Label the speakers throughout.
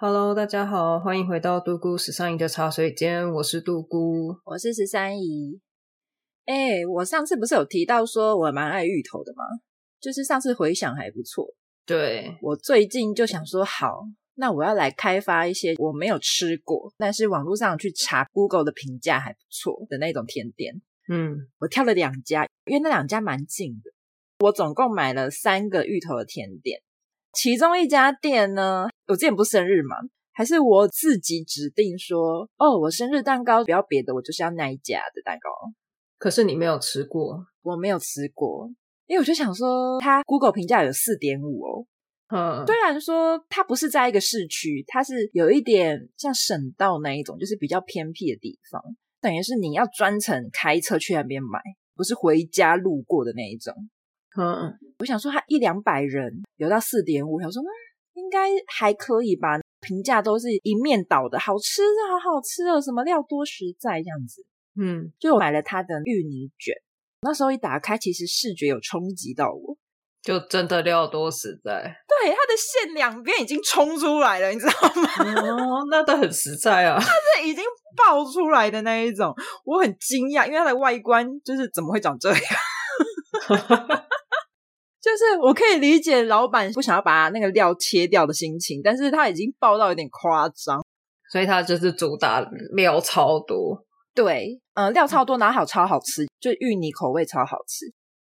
Speaker 1: Hello，大家好，欢迎回到杜姑十三姨的茶水间，我是杜姑。
Speaker 2: 我是十三姨。哎、我上次不是有提到说我蛮爱芋头的吗？就是上次回想还不错。
Speaker 1: 对，
Speaker 2: 我最近就想说，好，那我要来开发一些我没有吃过，但是网络上去查 Google 的评价还不错的那种甜点。
Speaker 1: 嗯，
Speaker 2: 我挑了两家，因为那两家蛮近的。我总共买了三个芋头的甜点，其中一家店呢，我之前不是生日嘛，还是我自己指定说，哦，我生日蛋糕不要别的，我就是要那一家的蛋糕。
Speaker 1: 可是你没有吃过，
Speaker 2: 我没有吃过，因为我就想说，它 Google 评价有四点五哦。
Speaker 1: 嗯，
Speaker 2: 虽然说它不是在一个市区，它是有一点像省道那一种，就是比较偏僻的地方，等于是你要专程开车去那边买，不是回家路过的那一种。
Speaker 1: 嗯，
Speaker 2: 我想说，它一两百人有到四点五，想说、嗯、应该还可以吧。评价都是一面倒的，好吃，这好好吃哦，什么料多实在这样子。
Speaker 1: 嗯，
Speaker 2: 就我买了它的芋泥卷，那时候一打开，其实视觉有冲击到我，
Speaker 1: 就真的料多实在
Speaker 2: 对，它的馅两边已经冲出来了，你知道吗？
Speaker 1: 哦，那都很实在啊。
Speaker 2: 是 已经爆出来的那一种，我很惊讶，因为它的外观就是怎么会长这样？ 就是我可以理解老板不想要把那个料切掉的心情，但是它已经爆到有点夸张。
Speaker 1: 所以它就是主打料超多。
Speaker 2: 对，呃，料超多，然后好超好吃，就芋泥口味超好吃，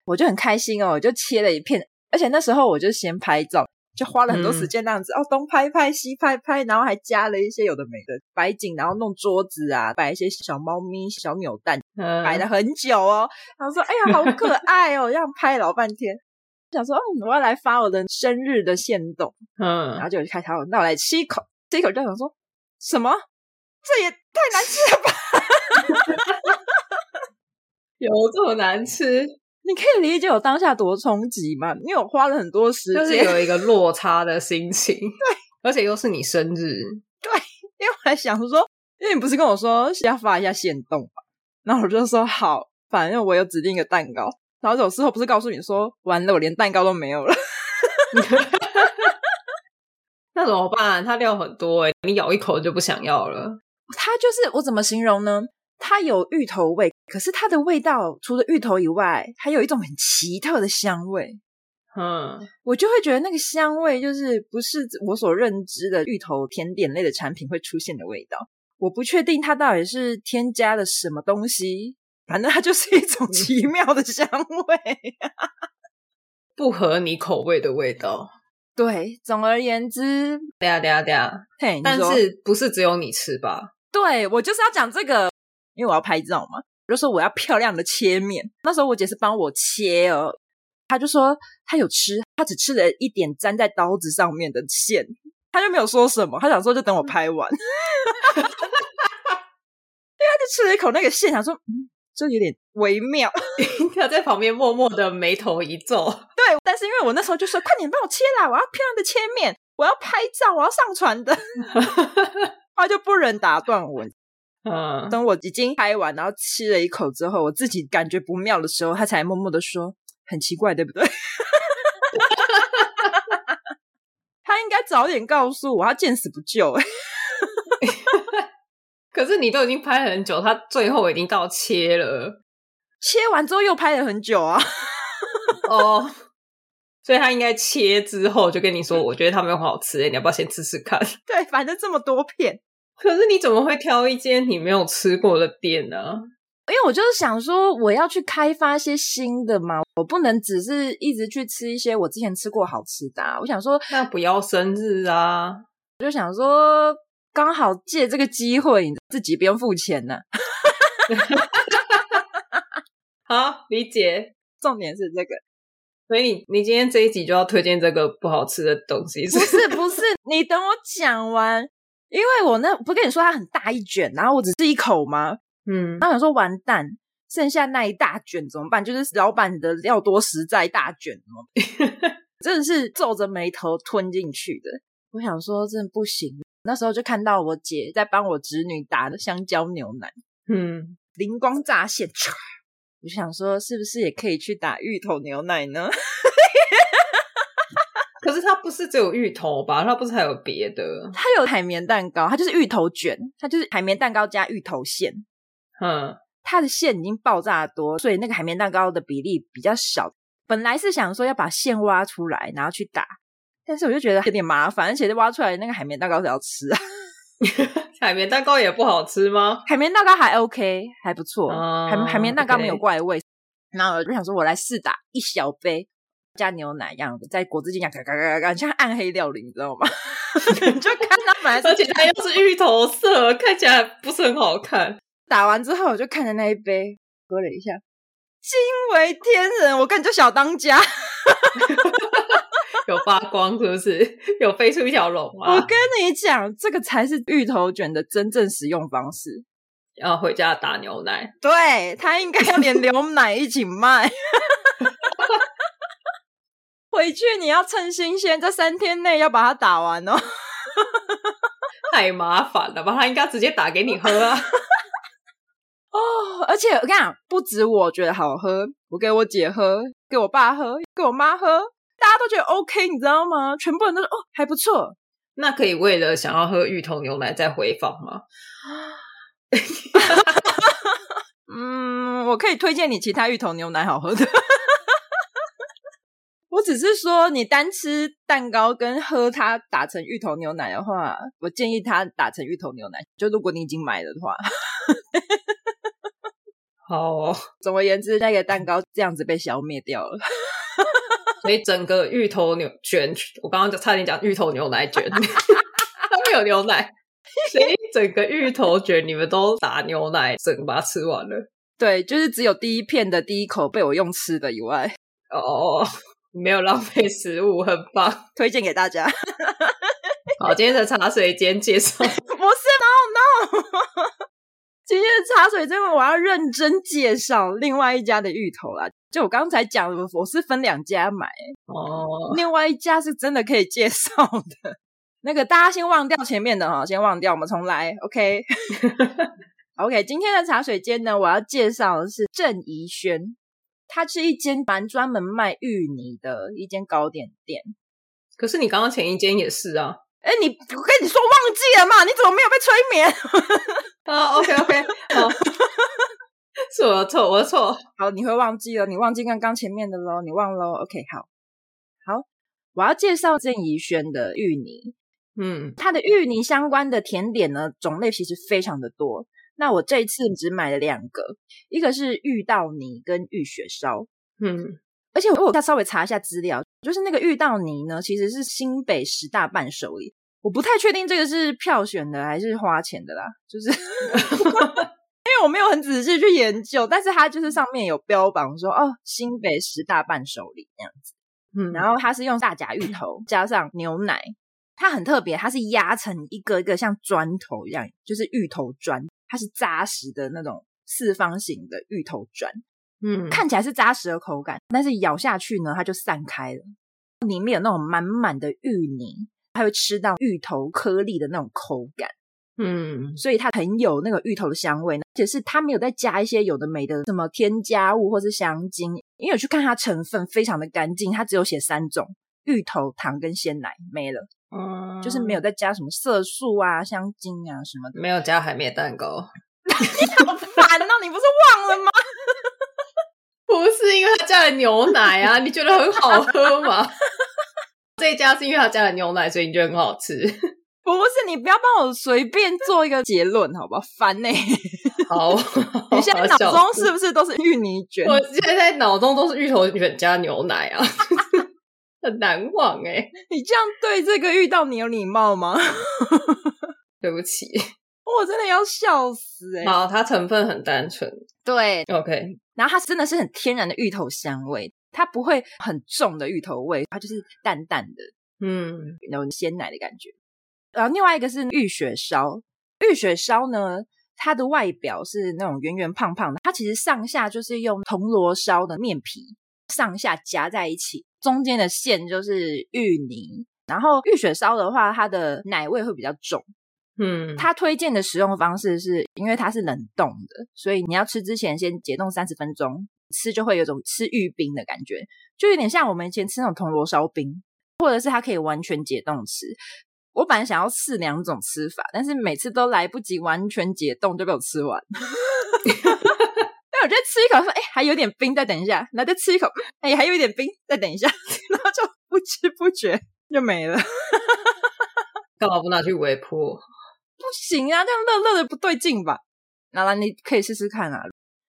Speaker 2: 我就很开心哦，我就切了一片，而且那时候我就先拍照，就花了很多时间那样子，哦，东拍拍西拍拍，然后还加了一些有的没的摆景，然后弄桌子啊，摆一些小猫咪、小扭蛋，
Speaker 1: 嗯，
Speaker 2: 摆了很久哦，然后说，哎呀，好 可爱哦，这样拍老半天。想说，嗯，我要来发我的生日的限动，
Speaker 1: 嗯
Speaker 2: 然后，就开始那我来吃一口，吃一口就想说什么？这也太难吃了吧！
Speaker 1: 有这么难吃？
Speaker 2: 你可以理解我当下多冲击吗？因为我花了很多时 间，
Speaker 1: 就是有一个落差的心情。 对，而且又是你生日，
Speaker 2: 因为我还想说，因为你不是跟我说要发一下限动嘛，然后我就说好，反正我有指定一个蛋糕。然后我事后不是告诉你说，完了我连蛋糕都没有了。
Speaker 1: 那怎么办？它料很多哎、你咬一口就不想要了。
Speaker 2: 它就是我怎么形容呢？它有芋头味，可是它的味道除了芋头以外，还有一种很奇特的香味。
Speaker 1: 嗯，
Speaker 2: 我就会觉得那个香味就是不是我所认知的芋头甜点类的产品会出现的味道。我不确定它到底是添加了什么东西，反正它就是一种
Speaker 1: 嗯
Speaker 2: 奇妙的香味。
Speaker 1: 不合你口味的味道。
Speaker 2: 对，总而言之，
Speaker 1: 对呀，对呀，对呀。
Speaker 2: 嘿，你
Speaker 1: 但
Speaker 2: 说
Speaker 1: 是不是只有你吃 吧？
Speaker 2: 对我就是要讲这个，因为我要拍照嘛，我就说我要漂亮的切面。那时候我姐是帮我切哦，她就说她有吃，她只吃了一点粘在刀子上面的线，她就没有说什么，她想说就等我拍完，因为她就吃了一口那个线，想说嗯，这有点微妙。
Speaker 1: 他在旁边默默的眉头一皱，
Speaker 2: 对，但是因为我那时候就说快点帮我切啦，我要漂亮的切面，我要拍照，我要上传的， 她就不忍打断我，
Speaker 1: 嗯，
Speaker 2: 等我已经拍完，然后吃了一口之后，我自己感觉不妙的时候，他才默默的说：“很奇怪，对不 对？”他应该早点告诉我，他见死不救、欸。
Speaker 1: 可是你都已经拍很久，他最后已经到切了
Speaker 2: 切完之后又拍了很久啊，
Speaker 1: 哦， 所以他应该切之后就跟你说，我觉得它没有很好吃，欸你要不要先吃吃看？
Speaker 2: 对，反正这么多片，
Speaker 1: 可是你怎么会挑一间你没有吃过的店呢、
Speaker 2: 因为我就是想说，我要去开发一些新的嘛，我不能只是一直去吃一些我之前吃过好吃的、啊。我想说，
Speaker 1: 那不要生日啊！
Speaker 2: 我就想说，刚好借这个机会，你自己不用付钱呢、
Speaker 1: 好，理解。
Speaker 2: 重点是这个。
Speaker 1: 所以你你今天这一集就要推荐这个不好吃的东西，
Speaker 2: 不
Speaker 1: 是
Speaker 2: 是不是，你等我讲完，因为我那不跟你说它很大一卷，然后我只吃一口吗？
Speaker 1: 嗯
Speaker 2: 然后想说完蛋，剩下那一大卷怎么办？就是老板的料多实在大卷哦，真的是皱着眉头吞进去的。我想说真的不行，那时候就看到我姐在帮我侄女打的香蕉牛奶，
Speaker 1: 嗯，
Speaker 2: 灵光乍现，唰我就想说是不是也可以去打芋头牛奶呢？
Speaker 1: 可是它不是只有芋头吧？它不是还有别的？
Speaker 2: 它有海绵蛋糕，它就是芋头卷，它就是海绵蛋糕加芋头馅。
Speaker 1: 嗯，
Speaker 2: 它的馅已经爆炸多，所以那个海绵蛋糕的比例比较小。本来是想说要把馅挖出来，然后去打，但是我就觉得有点麻烦，而且挖出来那个海绵蛋糕是要吃啊，
Speaker 1: 海绵蛋糕也不好吃吗？
Speaker 2: 海绵蛋糕还 OK，还不错，
Speaker 1: 哦
Speaker 2: 海海绵蛋糕没有
Speaker 1: OK
Speaker 2: 怪味。然后我就想说，我来试打一小杯，加牛奶样子，在果汁机上嘎嘎嘎嘎嘎，像暗黑料理，你知道吗？ 你就看到本来是
Speaker 1: 而且它又是芋头色，看起来不是很好看。
Speaker 2: 打完之后，我就看着那一杯，喝了一下，惊为天人，我根本就小当家。
Speaker 1: 有发光是不是？ 有飞出一条龙
Speaker 2: 我
Speaker 1: 啊！
Speaker 2: 跟你讲，这个才是芋头卷的真正使用方式。
Speaker 1: 然后回家打牛奶，
Speaker 2: 对，它应该要连牛奶一起卖。 回去你要趁新鲜，在三天内要把它打完哦。
Speaker 1: 太麻烦了吧？他应该直接打给你喝啊！
Speaker 2: 哦，而且我跟你讲，不止我觉得好喝，我给我姐喝，给我爸喝，给我妈喝，大家都觉得 OK，你知道吗？全部人都说哦还不错，
Speaker 1: 那可以为了想要喝芋头牛奶再回访吗？
Speaker 2: 嗯，我可以推荐你其他芋头牛奶好喝的。 我只是说，你单吃蛋糕跟喝它打成芋头牛奶的话，我建议它打成芋头牛奶。就如果你已经买了的话，
Speaker 1: 好哦、
Speaker 2: 总而言之，那个蛋糕这样子被消灭掉了。
Speaker 1: 所以整个芋头牛卷，我刚刚就差点讲芋头牛奶卷， 它没有牛奶，所以整个芋头卷你们都打牛奶，整个把它吃完了。
Speaker 2: 对，就是只有第一片的第一口被我用吃的以外，
Speaker 1: 哦哦，哦 没有浪费食物，很 棒。
Speaker 2: 推荐给大家。
Speaker 1: 好，今天的茶水间介绍
Speaker 2: 不是，no no。今天的茶水这个我要认真介绍另外一家的芋头啦。就我刚才讲的，我是分两家买，
Speaker 1: 哦，
Speaker 2: 另外一家是真的可以介绍的。那个大家先忘掉前面的哈，先忘掉，我们重来，OK？OK，、OK，今天的茶水间呢，我要介绍的是郑怡轩，它是一间蛮专门卖芋泥的一间糕点店。
Speaker 1: 可是你刚刚前一间也是啊。
Speaker 2: 哎，你我跟你说忘记了嘛？你怎么没有被催眠？ 哦
Speaker 1: 啊、o k OK，好， 是我的错，我的错。
Speaker 2: 好，你会忘记了，你忘记刚刚前面的喽，你忘喽。OK，好，好，我要介绍郑怡轩的芋泥，
Speaker 1: 嗯，
Speaker 2: 它的芋泥相关的甜点呢，种类其实非常的多。那我这一次只买了两个，一个是芋稻泥跟芋雪烧，
Speaker 1: 嗯，
Speaker 2: 而且我再稍微查一下资料，就是那个芋稻泥呢，其实是新北十大伴手礼。我不太确定这个是票选的还是花钱的啦，就是因为我没有很仔细去研究，但是它就是上面有标榜说哦，新北十大伴手礼那样，
Speaker 1: 嗯，
Speaker 2: 然后它是用大甲芋头加上牛奶，它很特别，它是压成一个一个像砖头一样，就是芋头砖，它是扎实的那种四方形的芋头砖，
Speaker 1: 嗯，
Speaker 2: 看起来是扎实的口感，但是咬下去呢，它就散开了，里面有那种满满的芋泥，还会吃到芋头颗粒的那种口感，
Speaker 1: 嗯，
Speaker 2: 所以它很有那个芋头的香味，而且是它没有再加一些有的没的什么添加物或是香精，因为我去看它成分非常的干净，它只有写三种。芋头糖跟鲜奶没了，
Speaker 1: 嗯，
Speaker 2: 就是没有再加什么色素啊、香精啊什么的。
Speaker 1: 没有加海绵蛋糕，
Speaker 2: 好烦哦！你不是忘了吗？
Speaker 1: 不是因为他加了牛奶 啊？你觉得很好喝吗？ 这一家是因为他加了牛奶，所以你觉得很好 吃。
Speaker 2: 不是，你不要帮我随便做一个结论，好不好？烦呢、欸
Speaker 1: 好，
Speaker 2: 你现在脑
Speaker 1: 好
Speaker 2: 中是不是都是芋泥卷？
Speaker 1: 我现在脑中都是芋头卷加牛奶啊， 很难忘哎、
Speaker 2: 你这样对这个遇到你有礼貌吗？
Speaker 1: 对不起，
Speaker 2: 我真的要笑死哎、
Speaker 1: 好，它成分很单纯。
Speaker 2: 对，
Speaker 1: OK，
Speaker 2: 然后它真的是很天然的芋头香味，它不会很重的芋头味，它就是淡淡的
Speaker 1: 嗯
Speaker 2: 有鲜奶的感觉。然呃后另外一个是玉雪烧，玉雪烧呢，它的外表是那种圆圆胖胖的，它其实上下就是用铜锣烧的面皮上下夹在一起，中间的馅就是芋泥。然后玉雪烧的话，它的奶味会比较重。
Speaker 1: 嗯，
Speaker 2: 他推荐的食用方式是因为它是冷冻的，所以你要吃之前先解冻三十分钟，吃就会有种吃玉冰的感觉，就有点像我们以前吃那种铜锣烧冰。或者是它可以完全解冻吃。我本来想要试两种吃法，但是每次都来不及完全解冻就被我吃完。 但我觉得吃一口说，哎、还有点冰，再等一下，然后再吃一口，哎、还有一点冰，再等一下， 然后就不知不觉就没了。
Speaker 1: 干嘛不拿去微波？
Speaker 2: 不行啊，这样热热的不对劲吧？然后你可以试试看啊。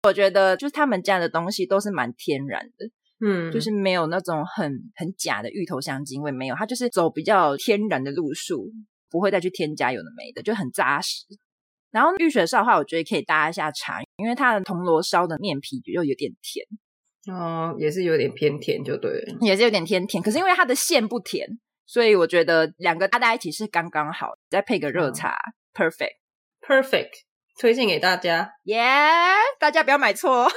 Speaker 2: 我觉得就是他们家的东西都是蛮天然的，
Speaker 1: 嗯，
Speaker 2: 就是没有那种很很假的芋头香精味，没有，它就是走比较天然的路数，不会再去添加有的没的，就很扎实。然后玉雪烧的话，我觉得可以搭一下茶，因为它的铜锣烧的面皮又有点甜，
Speaker 1: 哦，也是有点偏甜，就对了。
Speaker 2: 也是有点偏甜，可是因为它的馅不甜，所以我觉得两个搭在一起是刚刚好，再配个热茶、p e r f e c t
Speaker 1: Perfect，推荐给大家。
Speaker 2: 耶大家不要买错哦。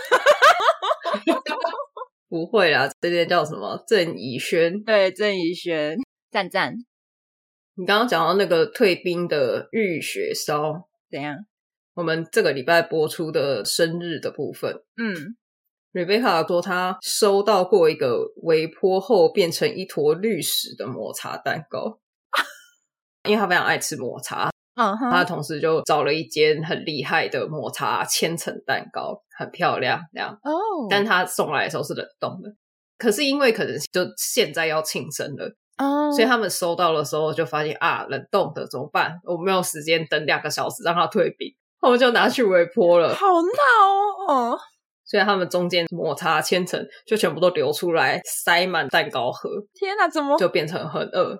Speaker 1: 不会啦，这间叫什么？郑以轩。
Speaker 2: 对，郑怡轩，赞赞，
Speaker 1: 你刚刚讲到那个退冰的浴血烧，
Speaker 2: 怎样？
Speaker 1: 我们这个礼拜播出的生日的部分
Speaker 2: 嗯，
Speaker 1: ，Rebecca 说她收到过一个微波后变成一坨绿屎的抹茶蛋糕，因为她非常爱吃抹茶，
Speaker 2: 嗯哼，
Speaker 1: 她的同事就找了一间很厉害的抹茶千层蛋糕，很漂亮，这样。
Speaker 2: 哦，
Speaker 1: 但他送来的时候是冷冻的。可是因为可能就现在要庆生了，
Speaker 2: 哦，
Speaker 1: 所以他们收到的时候就发现啊，冷冻的怎么办？我没有时间等两个小时让它退冰，他们就拿去微波了。
Speaker 2: 好闹哦，哦
Speaker 1: 所以他们中间抹茶千层就全部都流出来，塞满蛋糕盒，
Speaker 2: 天哪，怎么
Speaker 1: 就变成很饿。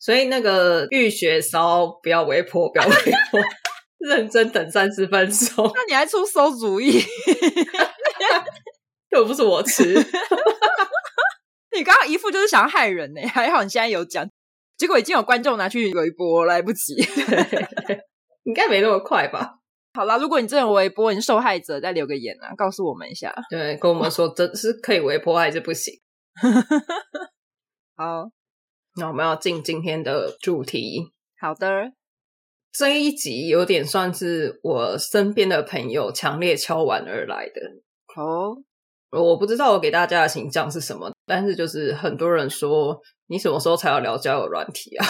Speaker 1: 所以那个浴血烧不要微波，不要微波， 认真等三十分钟。
Speaker 2: 那你还出馊主意？
Speaker 1: 又不是我吃，
Speaker 2: 你刚刚一副就是想要害人呢、还好你现在有讲，结果已经有观众拿去微波，来不及。
Speaker 1: 应该没那么快吧？
Speaker 2: 好啦，如果你真的有微波，你是受害者，再留个言啊，告诉我们一下。
Speaker 1: 对，跟我们说这是可以微波还是不行。
Speaker 2: 好
Speaker 1: 那我们要进今天的主题，
Speaker 2: 好的，
Speaker 1: 这一集有点算是我身边的朋友强烈敲碗而来的。
Speaker 2: 哦，
Speaker 1: 我不知道我给大家的形象是什么，但是就是很多人说你什么时候才要聊交友软体啊？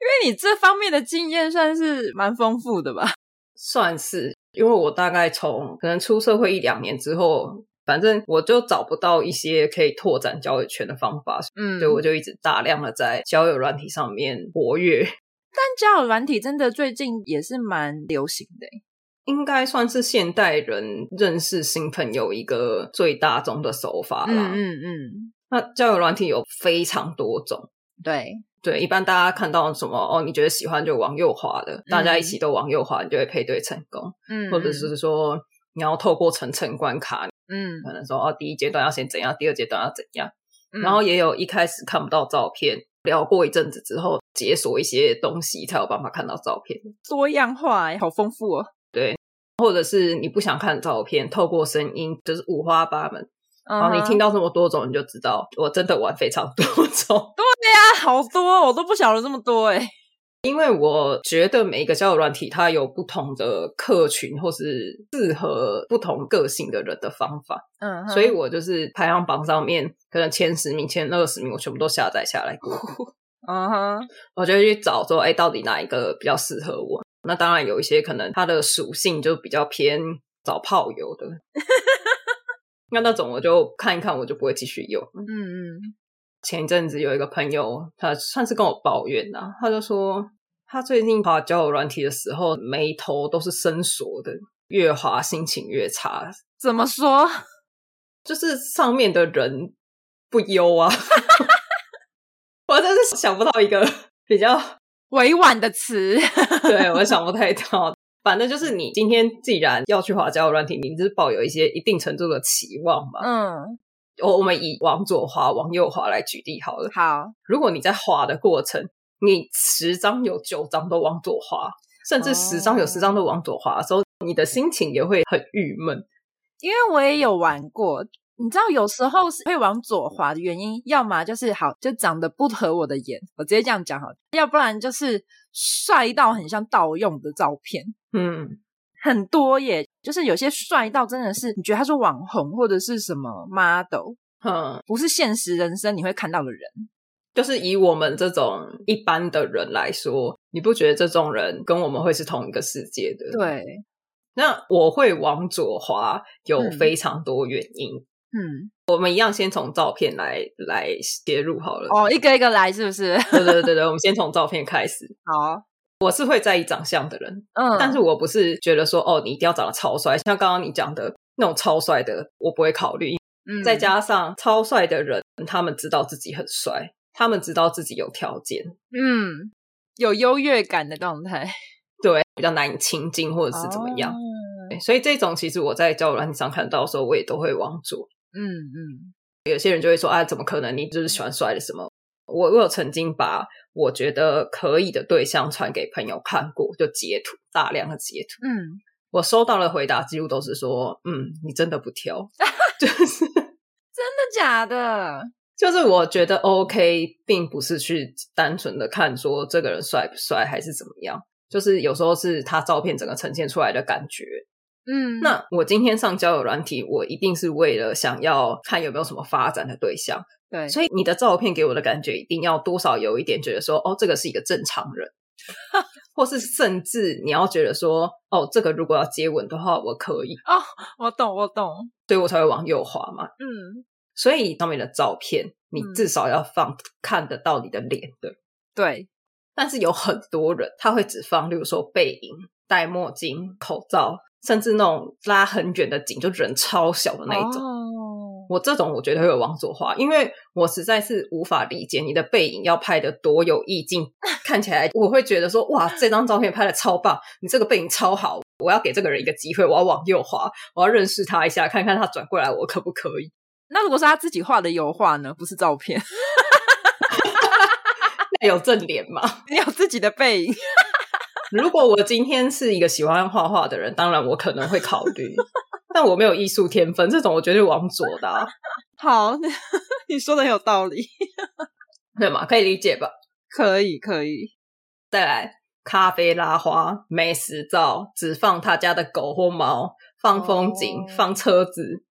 Speaker 2: 因为你这方面的经验算是蛮丰富的吧？
Speaker 1: 算是，因为我大概从可能出社会一两年之后，反正我就找不到一些可以拓展交友圈的方法，
Speaker 2: 嗯
Speaker 1: 所以我就一直大量的在交友软体上面活跃。
Speaker 2: 但交友软体真的最近也是蛮流行的欸、
Speaker 1: 应该算是现代人认识新朋友一个最大宗的手法啦。
Speaker 2: 嗯，
Speaker 1: 那交友软体有非常多种，
Speaker 2: 对，
Speaker 1: 对，一般大家看到什么哦，你觉得喜欢就往右滑的，大家一起都往右滑，你就会配对成功，
Speaker 2: 嗯
Speaker 1: 或者是说你要透过层层关卡，
Speaker 2: 嗯，
Speaker 1: 可能说哦，第一阶段要先怎样，第二阶段要怎样，
Speaker 2: 嗯
Speaker 1: 然后也有一开始看不到照片，聊过一阵子之后解锁一些东西才有办法看到照片。
Speaker 2: 多样化欸、好丰富哦。
Speaker 1: 或者是你不想看照片，透过声音，就是五花八门。然后你听
Speaker 2: 到
Speaker 1: 到这么多种，你就知道我真的玩非常多 种。
Speaker 2: 啊，好多，我都不晓得这么多哎、
Speaker 1: 因为我觉得每一个交友软体，它有不同的客群，或是适合不同个性的人的方法，
Speaker 2: 嗯
Speaker 1: 所以我就是排行榜上面可能前十名、前二十名，我全部都下载下来过。
Speaker 2: 嗯哼，
Speaker 1: 我就会去找说，哎，到底哪一个比较适合我？那当然有一些可能它的属性就比较偏找炮友的， 那那种我就看一看，我就不会继续用。
Speaker 2: 嗯嗯，
Speaker 1: 前一阵子有一个朋友，他算是跟我抱怨啊，他就说他最近滑交友软体的时候，眉头都是伸缩的，越滑心情越差，
Speaker 2: 怎么说？
Speaker 1: 就是上面的人不优啊。 我真是想不到一个比较
Speaker 2: 委婉的词，
Speaker 1: 对，我想不太到。反正就是你今天既然要去滑交友软体，你就是抱有一些一定程度的期望嘛。
Speaker 2: 嗯，
Speaker 1: 我我们以往左滑、往右滑来举例好了。
Speaker 2: 好，
Speaker 1: 如果你在滑的过程，你十张有九张都往左滑，甚至
Speaker 2: 哦
Speaker 1: 十张有十张都往左滑的时候，你的心情也会很郁闷。
Speaker 2: 因为我也有玩过，你知道有时候是会往左滑的原因，要么就是好就长得不合我的眼，我直接这样讲好了，要不然就是帅到很像盗用的照片，
Speaker 1: 嗯，
Speaker 2: 很多耶，就是有些帅到真的是，你觉得他是网红或者是什么 model，
Speaker 1: 嗯，
Speaker 2: 不是现实人生你会看到的人。
Speaker 1: 就是以我们这种一般的人来说，你不觉得这种人跟我们会是同一个世界的？。
Speaker 2: 对，
Speaker 1: 那我会往左滑有
Speaker 2: 嗯
Speaker 1: 非常多原因，
Speaker 2: 嗯，
Speaker 1: 我们一样先从照片来来切入好了。
Speaker 2: 哦，一个一个来，是不是？
Speaker 1: 对对对对，我们先从照片开始。
Speaker 2: 好，
Speaker 1: 我是会在意长相的人，
Speaker 2: 嗯，
Speaker 1: 但是我不是觉得说哦，你一定要长得超帅，像刚刚你讲的那种超帅的，我不会考虑。
Speaker 2: 嗯
Speaker 1: 再加上超帅的人，他们知道自己很帅，他们知道自己有条件，
Speaker 2: 嗯，有优越感的状态
Speaker 1: 对，比较难以亲近或者是怎么样。
Speaker 2: 哦
Speaker 1: 对所以这种其实我在交友软件上看到的时候，我也都会往左。
Speaker 2: 嗯嗯，
Speaker 1: 有些人就会说啊，怎么可能？你就是喜欢帅的什么？我我有曾经把我觉得可以的对象传给朋友看过，就截图大量的截图。
Speaker 2: 嗯，
Speaker 1: 我收到的回答几乎都是说，嗯，你真的不挑， 就是
Speaker 2: 真的假的？
Speaker 1: 就是我觉得 OK，并不是去单纯的看说这个人帅不帅还是怎么样，就是有时候是他照片整个呈现出来的感觉。
Speaker 2: 嗯，
Speaker 1: 那我今天上交友软体，我一定是为了想要看有没有什么发展的对象。
Speaker 2: 对，
Speaker 1: 所以你的照片给我的感觉一定要多少有一点觉得说，哦，这个是一个正常人， 或是甚至你要觉得说，哦，这个如果要接吻的话，我可以，
Speaker 2: 我懂，我懂，
Speaker 1: 所以我才会往右滑嘛。
Speaker 2: 嗯，
Speaker 1: 所以上面的照片，你
Speaker 2: 嗯
Speaker 1: 至少要放看得到你的脸的。
Speaker 2: 对，
Speaker 1: 但是有很多人他会只放，例如说背影、戴墨镜、口罩，甚至那种拉很远的景，就人超小
Speaker 2: 哦
Speaker 1: 的那一种。
Speaker 2: 种，
Speaker 1: 我这种我觉得会有往左滑，因为我实在是无法理解你的背影要拍的多有意境，看起来我会觉得说哇，这张照片拍的超棒，你这个背影超好，我要给这个人一个机会，我要往右滑，我要认识他一下，看看他转过来我可不可以？
Speaker 2: 那如果是他自己画的油画呢？不是照片，
Speaker 1: 那有正脸吗？
Speaker 2: 你有自己的背影，
Speaker 1: 如果我今天是一个喜欢画画的人，当然我可能会考虑，但我没有艺术天分，这种我绝对往左的、啊，
Speaker 2: 好， 你说的有道理，
Speaker 1: 对吗？可以理解吧？
Speaker 2: 可以，可以，
Speaker 1: 再来咖啡拉花、美食照，只放他家的狗或猫，放风景、
Speaker 2: 哦
Speaker 1: 放车 子，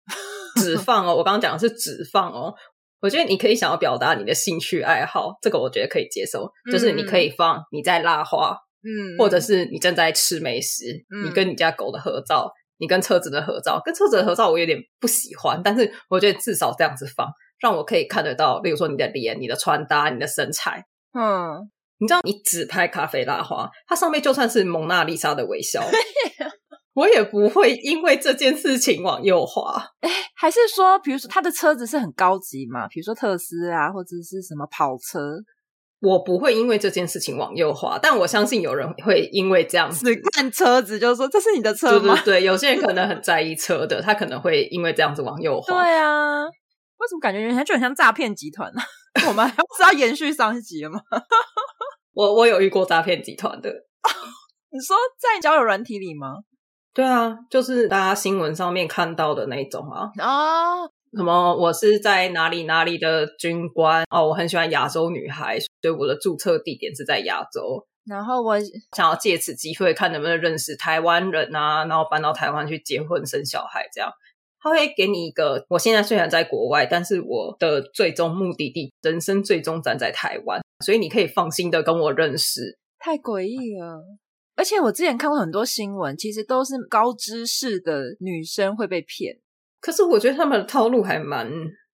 Speaker 1: 只放哦。我刚刚讲的是只放哦。我觉得你可以想要表达你的兴趣爱好，这个我觉得可以接受。就是你可以放你在拉花，
Speaker 2: 嗯，
Speaker 1: 或者是你正在吃美食，
Speaker 2: 嗯
Speaker 1: 你跟你家狗的合照，你跟车子的合照，跟车子的合照我有点不喜欢，但是我觉得至少这样子放，让我可以看得到，例如说你的脸、你的穿搭、你的身材，
Speaker 2: 嗯，
Speaker 1: 你知道，你只拍咖啡拉花，它上面就算是蒙娜丽莎的微笑，
Speaker 2: 啊
Speaker 1: 我也不会因为这件事情往右滑。
Speaker 2: 还是说，比如说他的车子是很高级嘛，比如说特斯拉或者是什么跑车，
Speaker 1: 我不会因为这件事情往右滑，但我相信有人会因为这样子，
Speaker 2: 只看车子就说这是你的 车
Speaker 1: 对
Speaker 2: 吗
Speaker 1: 对？对，有些人可能很在意车的，他可能会因为这样子往右滑。
Speaker 2: 对啊，为什么感觉人家就很像诈骗集团呢、啊 我们还是要延续上一集了吗？
Speaker 1: 我我有遇过诈骗集团的，
Speaker 2: 你说在交友软体里吗？
Speaker 1: 对啊，就是大家新闻上面看到的那种啊，
Speaker 2: 哦，
Speaker 1: 什么我是在哪里哪里的军官哦，我很喜欢亚洲女孩，所以我的注册地点是在亚洲。
Speaker 2: 然后我
Speaker 1: 想要借此机会看能不能认识台湾人啊，然后搬到台湾去结婚生小孩这样。他会给你一个，我现在虽然在国外，但是我的最终目的地，人生最终站在台湾，所以你可以放心的跟我认识。
Speaker 2: 太诡异了。而且我之前看过很多新闻，其实都是高知识的女生会被骗，
Speaker 1: 可是我觉得他们的套路还蛮，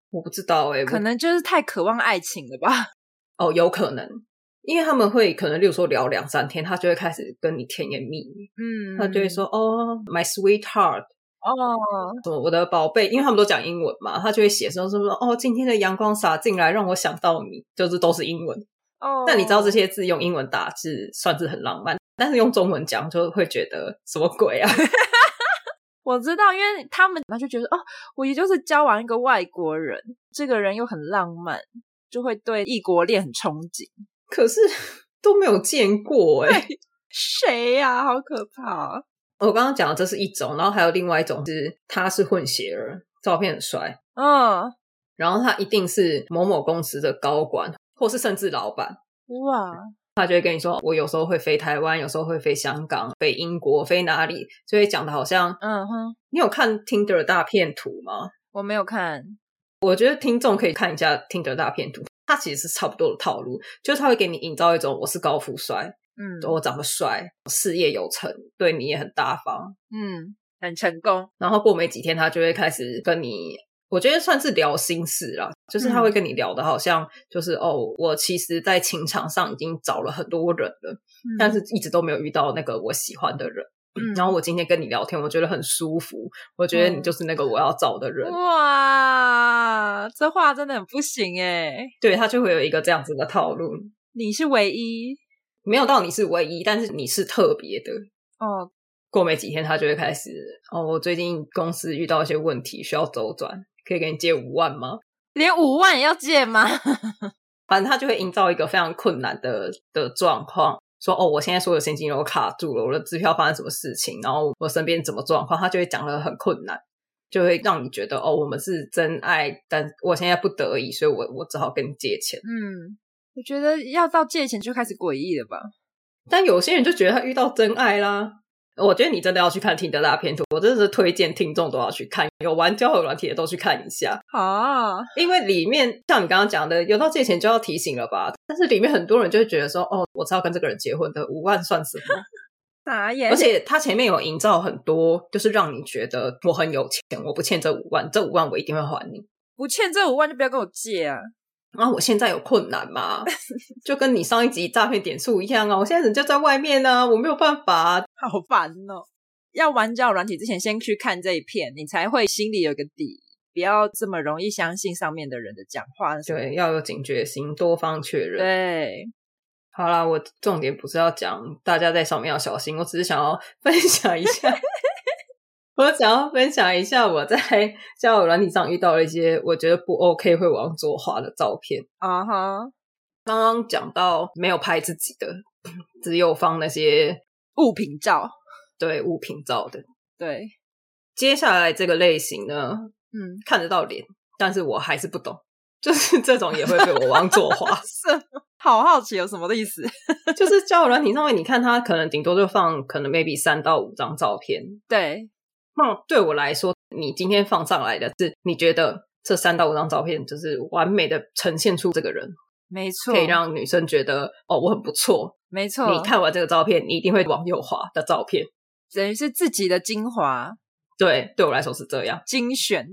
Speaker 1: 我不知道哎、
Speaker 2: 可
Speaker 1: 我
Speaker 2: 能就是太渴望爱情了吧？
Speaker 1: 哦，有可能，因为他们会可能，例如说聊两三天，他就会开始跟你甜言蜜语，
Speaker 2: 嗯，
Speaker 1: 他就会说、哦，my sweetheart，
Speaker 2: 哦，
Speaker 1: 什么我的宝贝，因为他们都讲英文嘛，他就会写说什么哦，今天的阳光洒进来，让我想到你，就是都是英文。
Speaker 2: 哦，
Speaker 1: 那你知道这些字用英文打字算是很浪漫，但是用中文讲就会觉得什么鬼啊？
Speaker 2: 我知道，因为他们他就觉得哦，我也就是交往一个外国人，这个人又很浪漫，就会对异国恋很憧憬。
Speaker 1: 可是都没有见过哎、
Speaker 2: 谁呀、好可怕！
Speaker 1: 我刚刚讲的这是一种，然后还有另外一种是他是混血儿，照片很帅，
Speaker 2: 嗯，
Speaker 1: 然后他一定是某某公司的高管，或是甚至老板。
Speaker 2: 哇，
Speaker 1: 他就会跟你说，我有时候会飞台湾，有时候会飞香港、飞英国、飞哪里，就会讲的好像
Speaker 2: 嗯哼，
Speaker 1: 你有看 Tinder 的大片图吗？
Speaker 2: 我没有看，
Speaker 1: 我觉得听众可以看一下听的大片图，它其实是差不多的套路，就是它会给你营造一种我是高富帅，
Speaker 2: 嗯
Speaker 1: 我长得帅，事业有成，对你也很大方。
Speaker 2: 嗯，很成功，
Speaker 1: 然后过没几天，他就会开始跟你，我觉得算是聊心事啦，就是他会跟你聊的，好像就是、哦，我其实，在情场上已经找了很多人了，但是一直都没有遇到那个我喜欢的人。
Speaker 2: 嗯
Speaker 1: 然后我今天跟你聊天，我觉得很舒服，我觉得你就是那个我要找的人。
Speaker 2: 哇，这话真的很不行哎，
Speaker 1: 对他就会有一个这样子的套路，
Speaker 2: 你是唯一
Speaker 1: 没有到你是唯一，但是你是特别的。
Speaker 2: 哦，
Speaker 1: 过没几天，他就会开始哦，我最近公司遇到一些问题需要周转，可以给你借五万吗？
Speaker 2: 连五万也要借吗？
Speaker 1: 反正他就会营造一个非常困难的的状况，说哦，我现在所有现金流卡住了，我的支票发生什么事情，然后我身边怎么状况，他就会讲的很困难，就会让你觉得哦，我们是真爱，但我现在不得已，所以我我只好跟你借钱。
Speaker 2: 嗯，我觉得要到借钱就开始诡异了吧？
Speaker 1: 但有些人就觉得他遇到真爱啦。我觉得你真的要去看听的大片图，我真的是推荐听众都要去看，有玩交友软体的都去看一下，
Speaker 2: 啊，
Speaker 1: 因为里面像你刚刚讲的，有到借钱就要提醒了吧？但是里面很多人就会觉得说，哦，我是要跟这个人结婚的，五万算什么？
Speaker 2: 傻眼，
Speaker 1: 而且他前面有营造很多，就是让你觉得我很有钱，我不欠这五万，这五万我一定会还你。
Speaker 2: 不欠这五万就不要跟我借啊！
Speaker 1: 然后我现在有困难嘛，就跟你上一集诈骗点数一样啊，我现在人就在外面呢、啊，我没有办法啊、
Speaker 2: 好烦哦！要玩交友软体之前，先去看这一片，你才会心里有个底，不要这么容易相信上面的人的讲话。
Speaker 1: 对，要有警觉心，多方确认。
Speaker 2: 对，
Speaker 1: 好啦，我重点不是要讲大家在上面要小心，我只是想要分享一下， 我想要分享一下我在交友软体上遇到了一些我觉得不 OK 会往左滑的照片。
Speaker 2: 啊哈，
Speaker 1: 刚刚讲到没有拍自己的，只有放那些
Speaker 2: 物品照，
Speaker 1: 对物品照的。
Speaker 2: 对，
Speaker 1: 接下来这个类型呢，
Speaker 2: 嗯，。
Speaker 1: 看得到脸，但是我还是不懂，就是这种也会被我往左滑
Speaker 2: 什么？好好奇有什么的意思？
Speaker 1: 就是交友软体上面，你看他可能顶多就放可能 maybe 三到五张照片。
Speaker 2: 对，
Speaker 1: 那对我来说，你今天放上来的是你觉得这三到五张照片就是完美的呈现出这个人，
Speaker 2: 没错，
Speaker 1: 可以让女生觉得哦我很不错。
Speaker 2: 没错，
Speaker 1: 你，看完这个照片，你一定会往右滑的照片。
Speaker 2: 等于是自己的精华
Speaker 1: 对，对我来说是这样。
Speaker 2: 精选，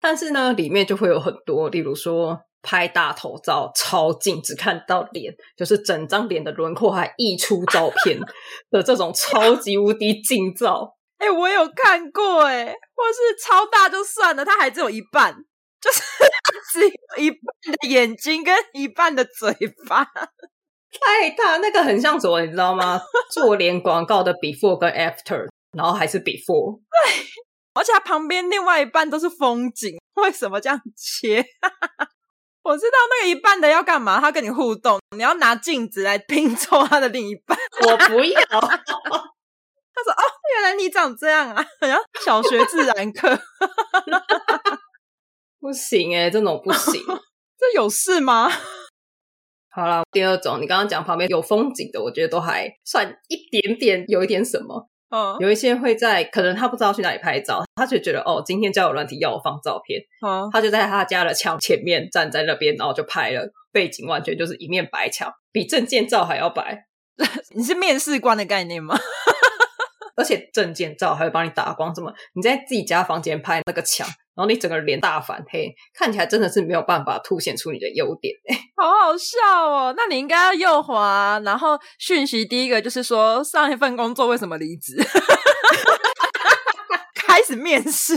Speaker 1: 但是呢，里面就会有很多，例如说拍大头照超近，只看到脸，就是整张脸的轮廓还溢出照片 的这种超级无敌近照。
Speaker 2: 哎、我有看过、欸，哎，或是超大就算了，它还只有一半，就是只有一半的眼睛跟一半的嘴巴，
Speaker 1: 太大，那个很像什么，你知道吗？ 做脸广告的 before 跟 after，然后还是 before，
Speaker 2: 而且它旁边另外一半都是风景，为什么这样切？ 我知道那个一半的要干嘛，他跟你互动，你要拿镜子来拼凑他的另一半。
Speaker 1: 我不要，
Speaker 2: 他说：“哦，原来你长这样啊，然后小学自然课，
Speaker 1: 不行哎、这种不 行。
Speaker 2: 这有事吗？
Speaker 1: 好啦，第二种，你刚刚讲旁边有风景的，我觉得都还算一点点，有一点什么。
Speaker 2: 嗯，
Speaker 1: 有一些会在，可能他不知道去哪里拍照，他就觉得哦，今天交友软体要我放照片，
Speaker 2: 好，
Speaker 1: 他就在他家的墙前面站在那边，然后就拍了，背景完全就是一面白墙，比证件照还要白，
Speaker 2: 你是面试官的概念吗？
Speaker 1: 而且证件照还会帮你打光，什么你在自己家房间拍那个墙，然后你整个脸大反黑，看起来真的是没有办法凸显出你的优点。
Speaker 2: 好好笑哦！那你应该要右滑，然后讯息第一个就是说上一份工作为什么离职， 开始面试。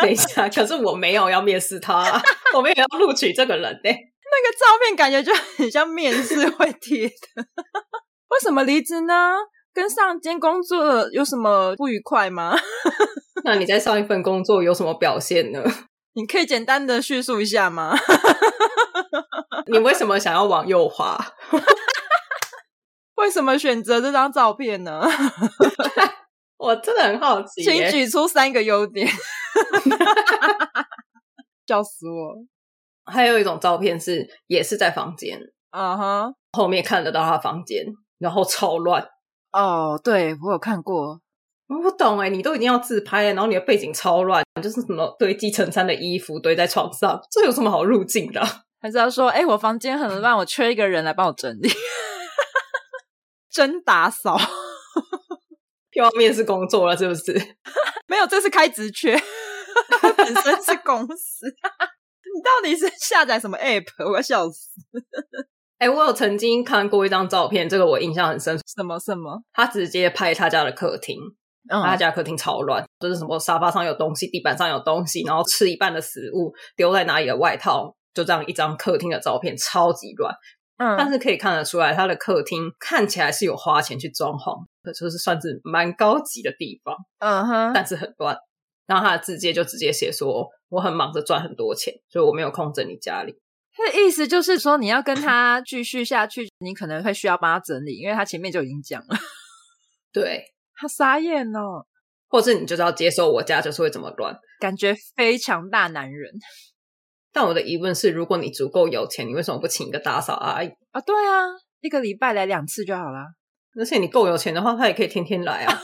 Speaker 1: 等一下，可是我没有要面试他，我没有要录取这个人 呢、
Speaker 2: 那个照片感觉就很像面试会贴的。为什么离职呢？跟上间工作有什么不愉快吗？
Speaker 1: 那你在上一份工作有什么表现呢？
Speaker 2: 你可以简单的叙述一下吗？
Speaker 1: 你为什么想要往右滑？
Speaker 2: 为什么选择这张照片呢？
Speaker 1: 我真的很好奇
Speaker 2: 请
Speaker 1: 耶、
Speaker 2: 举出三个优 点。笑死我！
Speaker 1: 还有一种照片是，也是在房间
Speaker 2: 啊哈，
Speaker 1: 后面看得到他房间，然后超乱，
Speaker 2: 哦，对我有看过，
Speaker 1: 我不懂哎、你都已经要自拍了，然后你的背景超乱，就是什么堆积成山的衣服堆在床上，这有什么好入境的啊、
Speaker 2: 还是要说，哎、我房间很乱，我缺一个人来帮我整理，真打扫。
Speaker 1: 又要面试工作了，是不是？
Speaker 2: 没有，这是开职缺，本身是公司。 你到底是下载什么 app？我要笑死！
Speaker 1: 哎、我有曾经看过一张照片，这个我印象很深。
Speaker 2: 什么什么？
Speaker 1: 他直接拍他家的客厅，他
Speaker 2: 嗯，
Speaker 1: 家客厅超乱，就是什么沙发上有东西，地板上有东西，然后吃一半的食物丢在哪里的外套，就这样一张客厅的照片，超级乱。但
Speaker 2: 嗯，
Speaker 1: 是可以看得出来，他的客厅看起来是有花钱去装潢，的，就是算是蛮高级的地方，
Speaker 2: 嗯哼，
Speaker 1: 但是很乱。然后他的字界就直接写说：“我很忙着赚很多钱，所以我没有空整理家里。
Speaker 2: 他的意思就是说，你要跟他继续下去，你可能会需要帮他整理，因为他前面就已经讲了。”
Speaker 1: 对，
Speaker 2: 他傻眼哦，
Speaker 1: 或是你就是要接受我家就是会这么乱。
Speaker 2: 感觉非常大男人
Speaker 1: 但我的疑问是，如果你足够有钱，你为什么不请一个打扫阿姨？
Speaker 2: 啊！对啊，一个礼拜来两次就好啦。
Speaker 1: 而且你够有钱的话，她也可以天天来啊。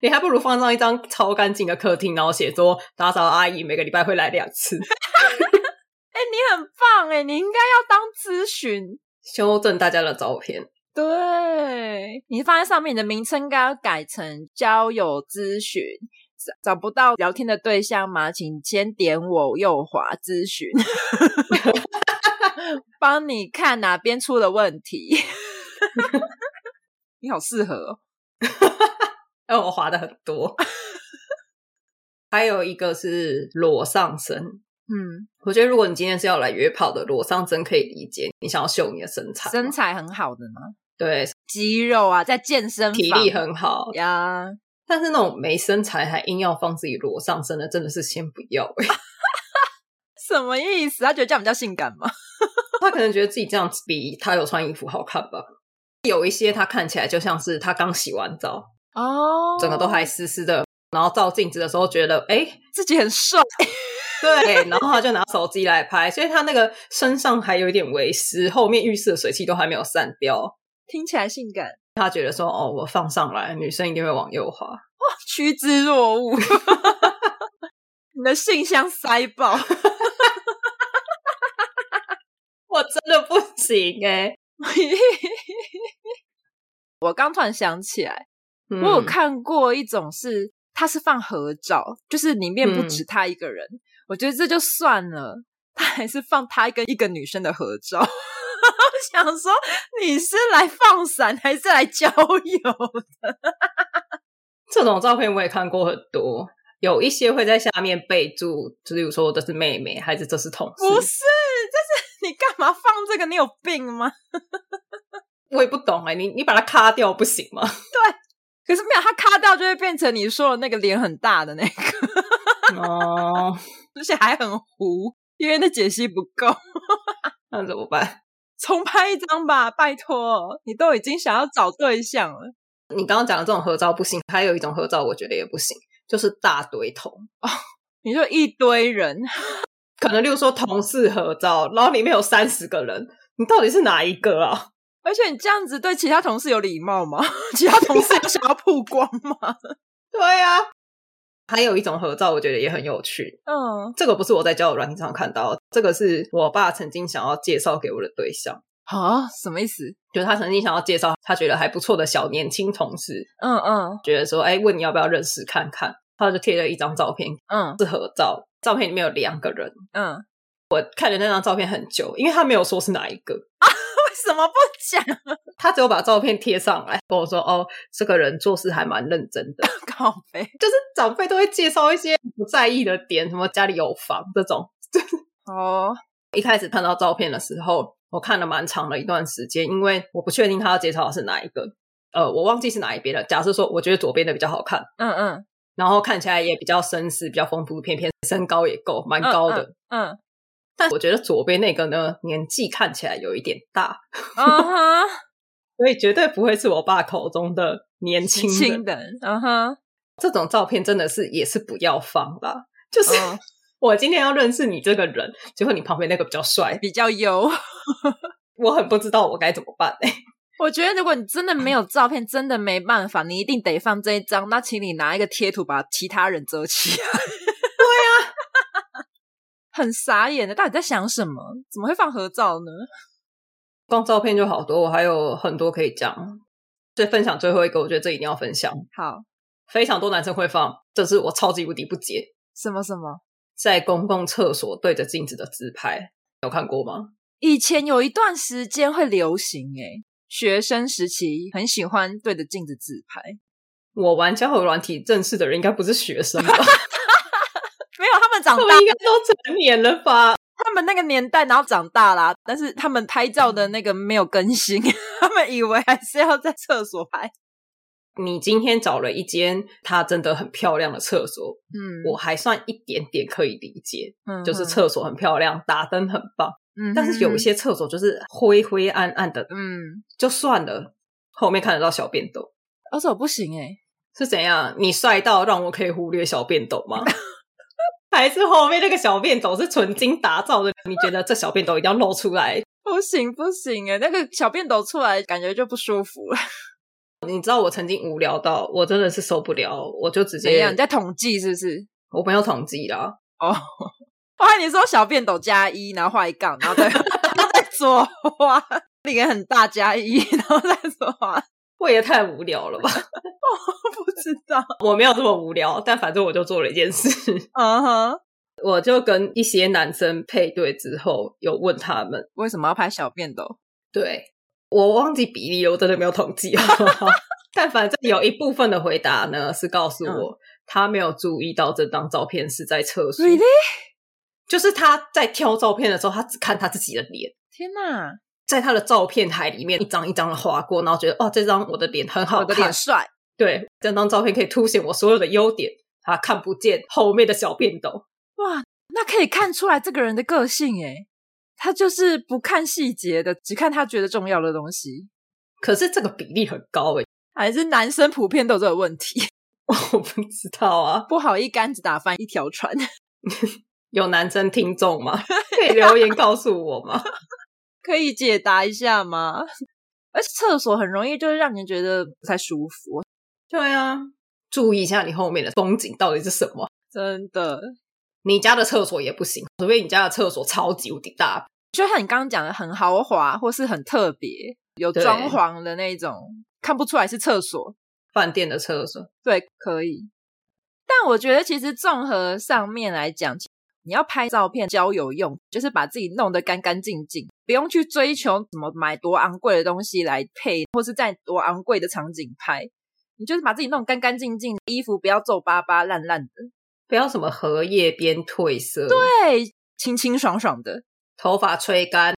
Speaker 1: 你还不如放上一张超干净的客厅，然后写说打扫阿姨每个礼拜会来两次，
Speaker 2: 哎、你很棒哎，你应该要当咨询。
Speaker 1: 修正大家的照片。
Speaker 2: 对你放在上面，你的名称应该要改成交友咨询。找找不到聊天的对象吗？请先点我右滑咨询， 帮你看哪边出了问题。 你好适合、哦，
Speaker 1: 哎，我滑的很多。还有一个是裸上身，
Speaker 2: 嗯，
Speaker 1: 我觉得如果你今天是要来约炮的，裸上身可以理解，你想要秀你的身材嘛，
Speaker 2: 身材很好的嘛，
Speaker 1: 对，
Speaker 2: 肌肉啊，在健身房
Speaker 1: 体力很好，
Speaker 2: 呀，
Speaker 1: 但是那种没身材还硬要放自己裸上身的，真的是先不要、欸。
Speaker 2: 什么意思？他觉得这样比较性感吗？
Speaker 1: 他可能觉得自己这样子比他有穿衣服好看吧。有一些他看起来就像是他刚洗完澡，
Speaker 2: 哦
Speaker 1: 整个都还湿湿的，然后照镜子的时候觉得，哎、
Speaker 2: 自己很帅，
Speaker 1: 对，然后他就拿手机来拍，所以他那个身上还有一点微湿，后面浴室的水汽都还没有散掉。
Speaker 2: 听起来性感，哇
Speaker 1: 他觉得说，哦，我放上来，女生一定会往右滑。
Speaker 2: 趋之若鹜， 你的性箱塞爆，
Speaker 1: 我真的不行哎、
Speaker 2: 我刚突然想起来，
Speaker 1: 嗯
Speaker 2: 我有看过一种是，它是放合照，就是里面不止他一个人，我觉得这就算了，他还是放他跟一个女生的合照。 我想说你是来放闪还是来交友？
Speaker 1: 这种照片我也看过很多，有一些会在下面备注，就例如说这是妹妹，还是这是同
Speaker 2: 不是，这
Speaker 1: 事，
Speaker 2: 是你 干嘛放这个？你有病吗？
Speaker 1: 我也不懂哎、你你把它卡掉不行吗？
Speaker 2: 可是没有，他卡掉就会变成你说的那个脸很大的那个，
Speaker 1: 哦，
Speaker 2: 而且还很糊，因为那解析不够。
Speaker 1: 那怎么办？
Speaker 2: 重拍一张吧，拜托，你都已经想要找对象了。
Speaker 1: 你刚刚讲的这种合照不行，还有一种合照我觉得也不行，就是大堆头，
Speaker 2: 你就一堆人，
Speaker 1: 可能例如说同事合照，然后里面有三十个人，你到底是哪一个啊？
Speaker 2: 而且你这样子对其他同事有礼貌吗？ 其他同事有想要曝光吗？
Speaker 1: 对呀、啊。还有一种合照，我觉得也很有趣。
Speaker 2: 嗯，
Speaker 1: 这个不是我在交友软件上看到的，这个是我爸曾经想要介绍给我的对象。
Speaker 2: 啊，什么意思？
Speaker 1: 就是他曾经想要介绍他觉得还不错的小年轻同事，
Speaker 2: 嗯嗯
Speaker 1: 觉得说，哎，问你要不要认识看看，他就贴了一张照片，
Speaker 2: 嗯
Speaker 1: 是合照，照片里面有两个人，
Speaker 2: 嗯， 为
Speaker 1: 我看了那张照片很久，因为他没有说是哪一个，
Speaker 2: 什么不讲？
Speaker 1: 他只有把照片贴上来跟我说，哦，这个人做事还蛮认真的，
Speaker 2: 靠背，
Speaker 1: 就是长辈都会介绍一些不在意的点，什么家里有房这种。
Speaker 2: 哦，
Speaker 1: 一开始看到照片的时候，我看了蛮长的一段时间，因为我不确定他要介绍的是哪一个，呃，我忘记是哪一边了。假设说，我觉得左边的比较好看。
Speaker 2: 嗯嗯
Speaker 1: 然后看起来也比较绅士，比较风度翩翩，身高也够，蛮高的。
Speaker 2: 嗯，
Speaker 1: 但我觉得左边那个呢，年纪看起来有一点大，
Speaker 2: 嗯哼，
Speaker 1: 所以绝对不会是我爸口中的年轻人。
Speaker 2: 轻的，嗯哼，
Speaker 1: 这种照片真的是也是不要放啦。就是、
Speaker 2: 嗯，
Speaker 1: 我今天要认识你这个人，结果你旁边那个比较帅，
Speaker 2: 比较油，
Speaker 1: 我很不知道我该怎么办哎、
Speaker 2: 我觉得如果你真的没有照片，真的没办法，你一定得放这一张。那请你拿一个贴图把其他人遮起来。对啊， 很傻眼的，到底在想什么？怎么会放合照呢？
Speaker 1: 光照片就好多，我还有很多可以讲。所以分享最后一个，我觉得这一定要分享。
Speaker 2: 好，
Speaker 1: 非常多男生会放，这是我超级无敌不解，
Speaker 2: 什么什么？
Speaker 1: 在公共厕所对着镜子的自拍，有看过吗？
Speaker 2: 以前有一段时间会流行诶、学生时期很喜欢对着镜子自拍，
Speaker 1: 我玩交友软体认识的人应该不是学生 吧？
Speaker 2: 没有他们长
Speaker 1: 他
Speaker 2: 大
Speaker 1: 们，应该都成年了吧？
Speaker 2: 他们那个年代然后长大啦，但是他们拍照的那个没有更新， 他们以为还是要在厕所拍。
Speaker 1: 你今天找了一间它真的很漂亮的厕所，
Speaker 2: 嗯，
Speaker 1: 我还算一点点可以理解，
Speaker 2: 嗯
Speaker 1: 就是，厕所很漂亮，打灯很棒，
Speaker 2: 嗯
Speaker 1: 但是有一，些厕所就是灰灰暗暗的，
Speaker 2: 嗯，
Speaker 1: 就算了，后面看得到小便斗
Speaker 2: 而且我不行欸诶、
Speaker 1: 是怎样？你帅到让我可以忽略小便斗吗？ 还是后面那个小便斗是纯金打造的？你觉得这小便斗一定要露出来？
Speaker 2: 不行不行欸诶、那个小便斗出来感觉就不舒服了。
Speaker 1: 你知道我曾经无聊到我真的是受不了，我就直
Speaker 2: 怎
Speaker 1: 接
Speaker 2: 样？你在统计是不是？
Speaker 1: 我没有统计啦，
Speaker 2: 哦，我看你说小便斗加一，然后画一杠，然后再 然后再左画，那个很大加一，然后再左 画，
Speaker 1: 我也太无聊了吧？
Speaker 2: 不知道。
Speaker 1: 我没有这么无聊，但反正我就做了一件事，
Speaker 2: 嗯哼，
Speaker 1: 我就跟一些男生配对之后，有问他们，
Speaker 2: 为什么要拍小便斗？
Speaker 1: 对我忘记比例了，我真的没有统计。啊 但反正有一部分的回答呢，是告
Speaker 2: 嗯
Speaker 1: 诉我、他没有注意到这张照片是在厕所
Speaker 2: Really？
Speaker 1: 就是他在挑照片的时候，他只看他自己的脸。
Speaker 2: 天哪，
Speaker 1: 在他的照片海里面一张一张的划过，然后觉得哦，这张我的脸很好
Speaker 2: 我的
Speaker 1: 看
Speaker 2: 脸，帅，
Speaker 1: 对，这张照片可以凸显我所有的优点。他看不见后面的小便斗，
Speaker 2: 那可以看出来这个人的个性诶。他就是不看细节的，只看他觉得重要的东西。
Speaker 1: 可是这个比例很高诶、
Speaker 2: 还是男生普遍都有这个问题，
Speaker 1: 我不知道啊，
Speaker 2: 不好一竿子打翻一条船。
Speaker 1: 有男生听众吗？可以留言告诉我吗？
Speaker 2: 可以解答一下吗？ 而且厕所很容易就是让人觉得不太舒服，
Speaker 1: 对啊，注意一下你后面的风景到底是什么。
Speaker 2: 真的。
Speaker 1: 你家的厕所也不行，除非你家的厕所超级无敌大。
Speaker 2: 就像你刚刚讲的，很豪华或是很特别，有
Speaker 1: 对
Speaker 2: 装潢的那种，看不出来是厕所。
Speaker 1: 饭店的厕所，
Speaker 2: 对，可以。但我觉得其实综合上面来讲，你要拍照片交友用，就是把自己弄得干干净净，不用去追求怎么买多昂贵的东西来配，或是在多昂贵的场景拍。你就是把自己弄得干干净净，衣服不要皱巴巴、烂烂的。
Speaker 1: 不要什么荷叶边褪色，对，
Speaker 2: 对，清清爽爽的，
Speaker 1: 头发吹干。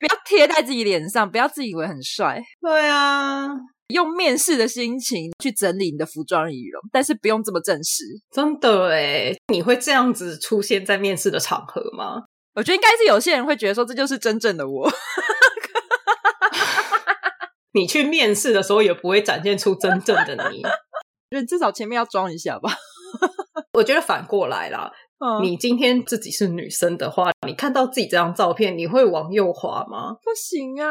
Speaker 2: 不要贴在自己脸上，不要自以为很帅，
Speaker 1: 对啊，
Speaker 2: 用面试的心情去整理你的服装仪容，但是不用这么正式。
Speaker 1: 真的诶你会这样子出现在面试的场合吗？
Speaker 2: 我觉得应该是有些人会觉得说这就是真正的我，
Speaker 1: 你去面试的时候也不会展现出真正的 你。
Speaker 2: 就至少前面要装一下吧。
Speaker 1: 我觉得反过来啦，
Speaker 2: 嗯，
Speaker 1: 你今天自己是女生的话，你看到自己这张照片，你会往右滑吗？
Speaker 2: 不行啊，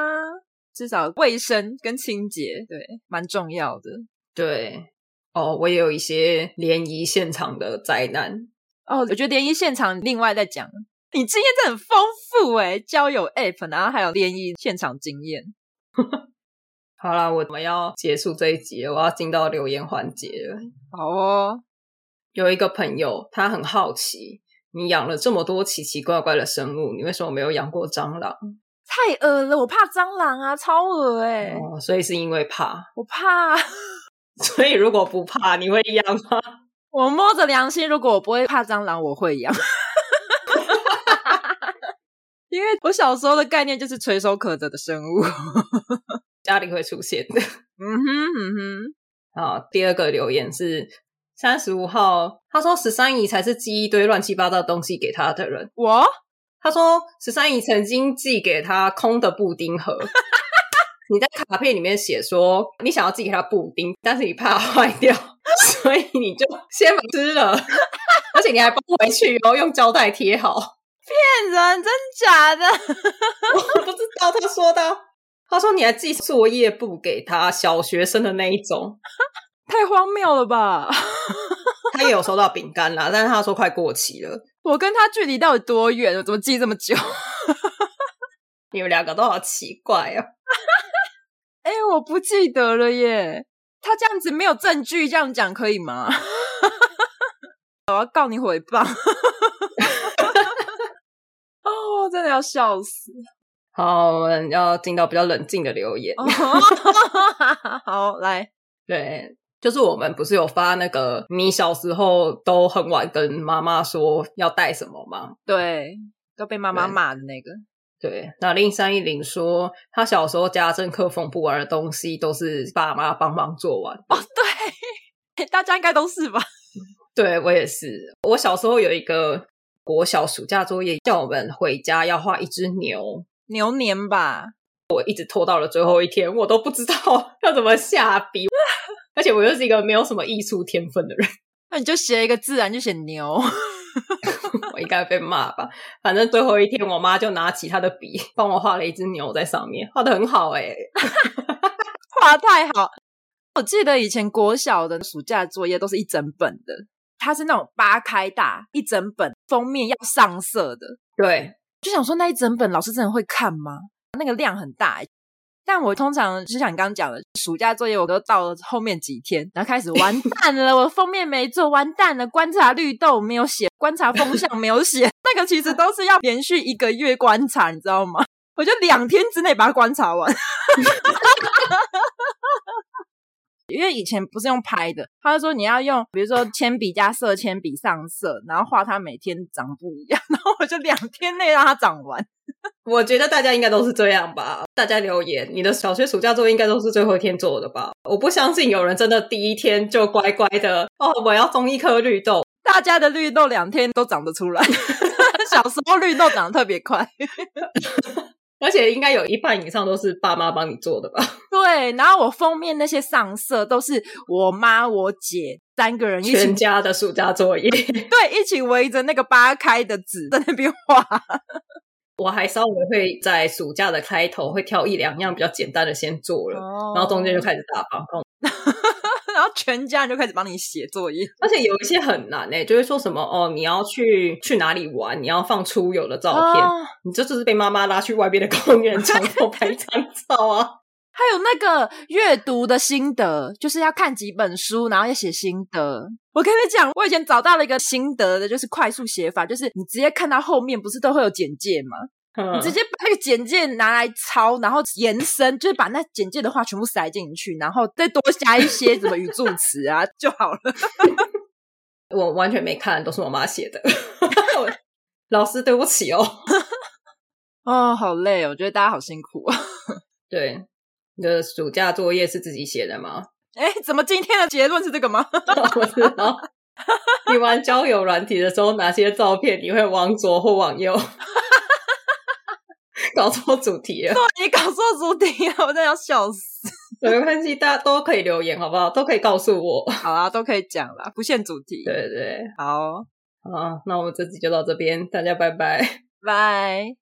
Speaker 2: 至少卫生跟清洁对蛮重要的。
Speaker 1: 对，哦，我也有一些联谊现场的灾难，
Speaker 2: 哦，我觉得联谊现场另外再讲，你经验真的很丰富诶、交友 app，然后还有联谊现场经验。
Speaker 1: 好啦，我们要结束这一集了，我要进到留言环节了。
Speaker 2: 好哦，
Speaker 1: 有一个朋友，他很好奇，你养了这么多奇奇怪怪的生物，你为什么没有养过蟑螂？
Speaker 2: 太恶了，我怕蟑螂啊，超恶诶、
Speaker 1: 哦，所以是因为怕，
Speaker 2: 我怕，
Speaker 1: 所以如果不怕，你会养吗？
Speaker 2: 我摸着良心，如果我不会怕蟑螂，我会养。 因为我小时候的概念就是垂手可得的生物。
Speaker 1: 家里会出现 的。
Speaker 2: 嗯哼嗯
Speaker 1: 好，第二个留言是三十五号，他说十三姨才是寄一堆乱七八糟的东西给他的人。
Speaker 2: 哼，我
Speaker 1: 他说十三姨曾经寄给他空的布丁盒。你在卡片里面写说你想要寄给他布丁，但是你怕坏掉， 所以你就先把吃了， 而且你还包回去哦，用胶带贴好。
Speaker 2: 骗人，真假的？
Speaker 1: 我不知道，他说的。他说你还寄作业簿给他，小学生的那一种。
Speaker 2: 太荒谬了吧！
Speaker 1: 他也有收到饼干啦，但是他说快过期了。
Speaker 2: 我跟他距离到底多远？我怎么记这么久？
Speaker 1: 你们两个都好奇怪哦。
Speaker 2: 哎、我不记得了耶。他这样子没有证据，这样讲可以吗？ 我要告你诽谤！ 哦，真的要笑死！
Speaker 1: 好，我们要进到比较冷静的留言。
Speaker 2: 哦好，来，
Speaker 1: 对，就是我们不是有发那个你小时候都很晚跟妈妈说要带什么吗？
Speaker 2: 对，都被妈妈
Speaker 1: 对
Speaker 2: 骂的那个，
Speaker 1: 对，那令三一零说，他小时候家政课缝不完的东西都是爸妈帮忙做完。
Speaker 2: 对，大家应该都是吧？
Speaker 1: 对我也是，我小时候有一个国小暑假作业，叫我们回家要画一只牛，
Speaker 2: 牛年吧，
Speaker 1: 我一直拖到了最后一天，我都不知道 要怎么下笔， 而且我又是一个没有什么艺术天分的人，
Speaker 2: 那你就写一个自然，就写牛。
Speaker 1: 我应该被骂吧。反正最后一天，我妈就拿起她的笔帮我画了一只牛在上面，画的很好哎、
Speaker 2: 画太好。我记得以前国小的暑假作业都是一整本的，它是那种八开大一整本，封面要上色的。
Speaker 1: 对，
Speaker 2: 就想说那一整本老师真的会看吗？那个量很大欸、但我通常就像你刚刚讲的，暑假作业我都到了后面几天，然后开始完蛋了， 我封面没做，完蛋了，观察绿豆没有写，观察风向没有写， 那个其实都是要连续一个月观察，你知道吗？我就两天之内把它观察完。 因为以前不是用拍的，他就说你要用，比如说铅笔加色铅笔上色，然后画它每天长不一样，然后我就两天内让它长完。
Speaker 1: 我觉得大家应该都是这样吧。大家留言，你的小学暑假作业应该都是最后一天做的吧？我不相信有人真的第一天就乖乖的哦，我要种一颗绿豆。
Speaker 2: 大家的绿豆两天都长得出来， 小时候绿豆长得特别快。
Speaker 1: 而且应该有一半以上都是爸妈帮你做的吧？
Speaker 2: 对，然后我封面那些上色都是我妈、我姐三个人一起
Speaker 1: 全，家的暑假作业，
Speaker 2: 对，一起围着那个八开的纸在那边画。
Speaker 1: 我还稍微会在暑假的开头会挑一两样比较简单的先做
Speaker 2: 哦
Speaker 1: 了， 然后中间就，开始打包。
Speaker 2: 然后全家人就开始帮你写作业。
Speaker 1: 而且有一些很难诶、就会说什么哦，你要去去哪里玩，你要放出游的照片，
Speaker 2: 哦
Speaker 1: 你这就是被妈妈拉去外边的公园床头拍张照 啊。
Speaker 2: 还有那个阅读的心得，就是要看几本书，然后要写心得。我跟你讲，我以前找到了一个心得的，就是快速写法，就是你直接看到后面不是都会有简介吗？
Speaker 1: 嗯
Speaker 2: 你直接把那个简介拿来抄，然后延伸，就是把那简介的话全部塞进去，然后再多加一些什么语助词啊就好了。
Speaker 1: 我完全没看，都是我妈写的。 我老师，对不起哦。
Speaker 2: 哦，好累哦，我觉得大家好辛苦啊、哦。
Speaker 1: 对，你的暑假作业是自己写的吗？
Speaker 2: 哎，怎么今天的结论是这个吗？
Speaker 1: 我知道。 你玩交友软体的时候，哪些照片你会往左或往右？ 搞错主题了，
Speaker 2: 你搞错主题了，我真的要笑死。
Speaker 1: 没关系，大家都可以留言，好不好？都可以告诉我。
Speaker 2: 好啦，都可以讲啦，不限主题。
Speaker 1: 对对，
Speaker 2: 好，哦
Speaker 1: 好，那我们这集就到这边，大家拜拜。
Speaker 2: 拜。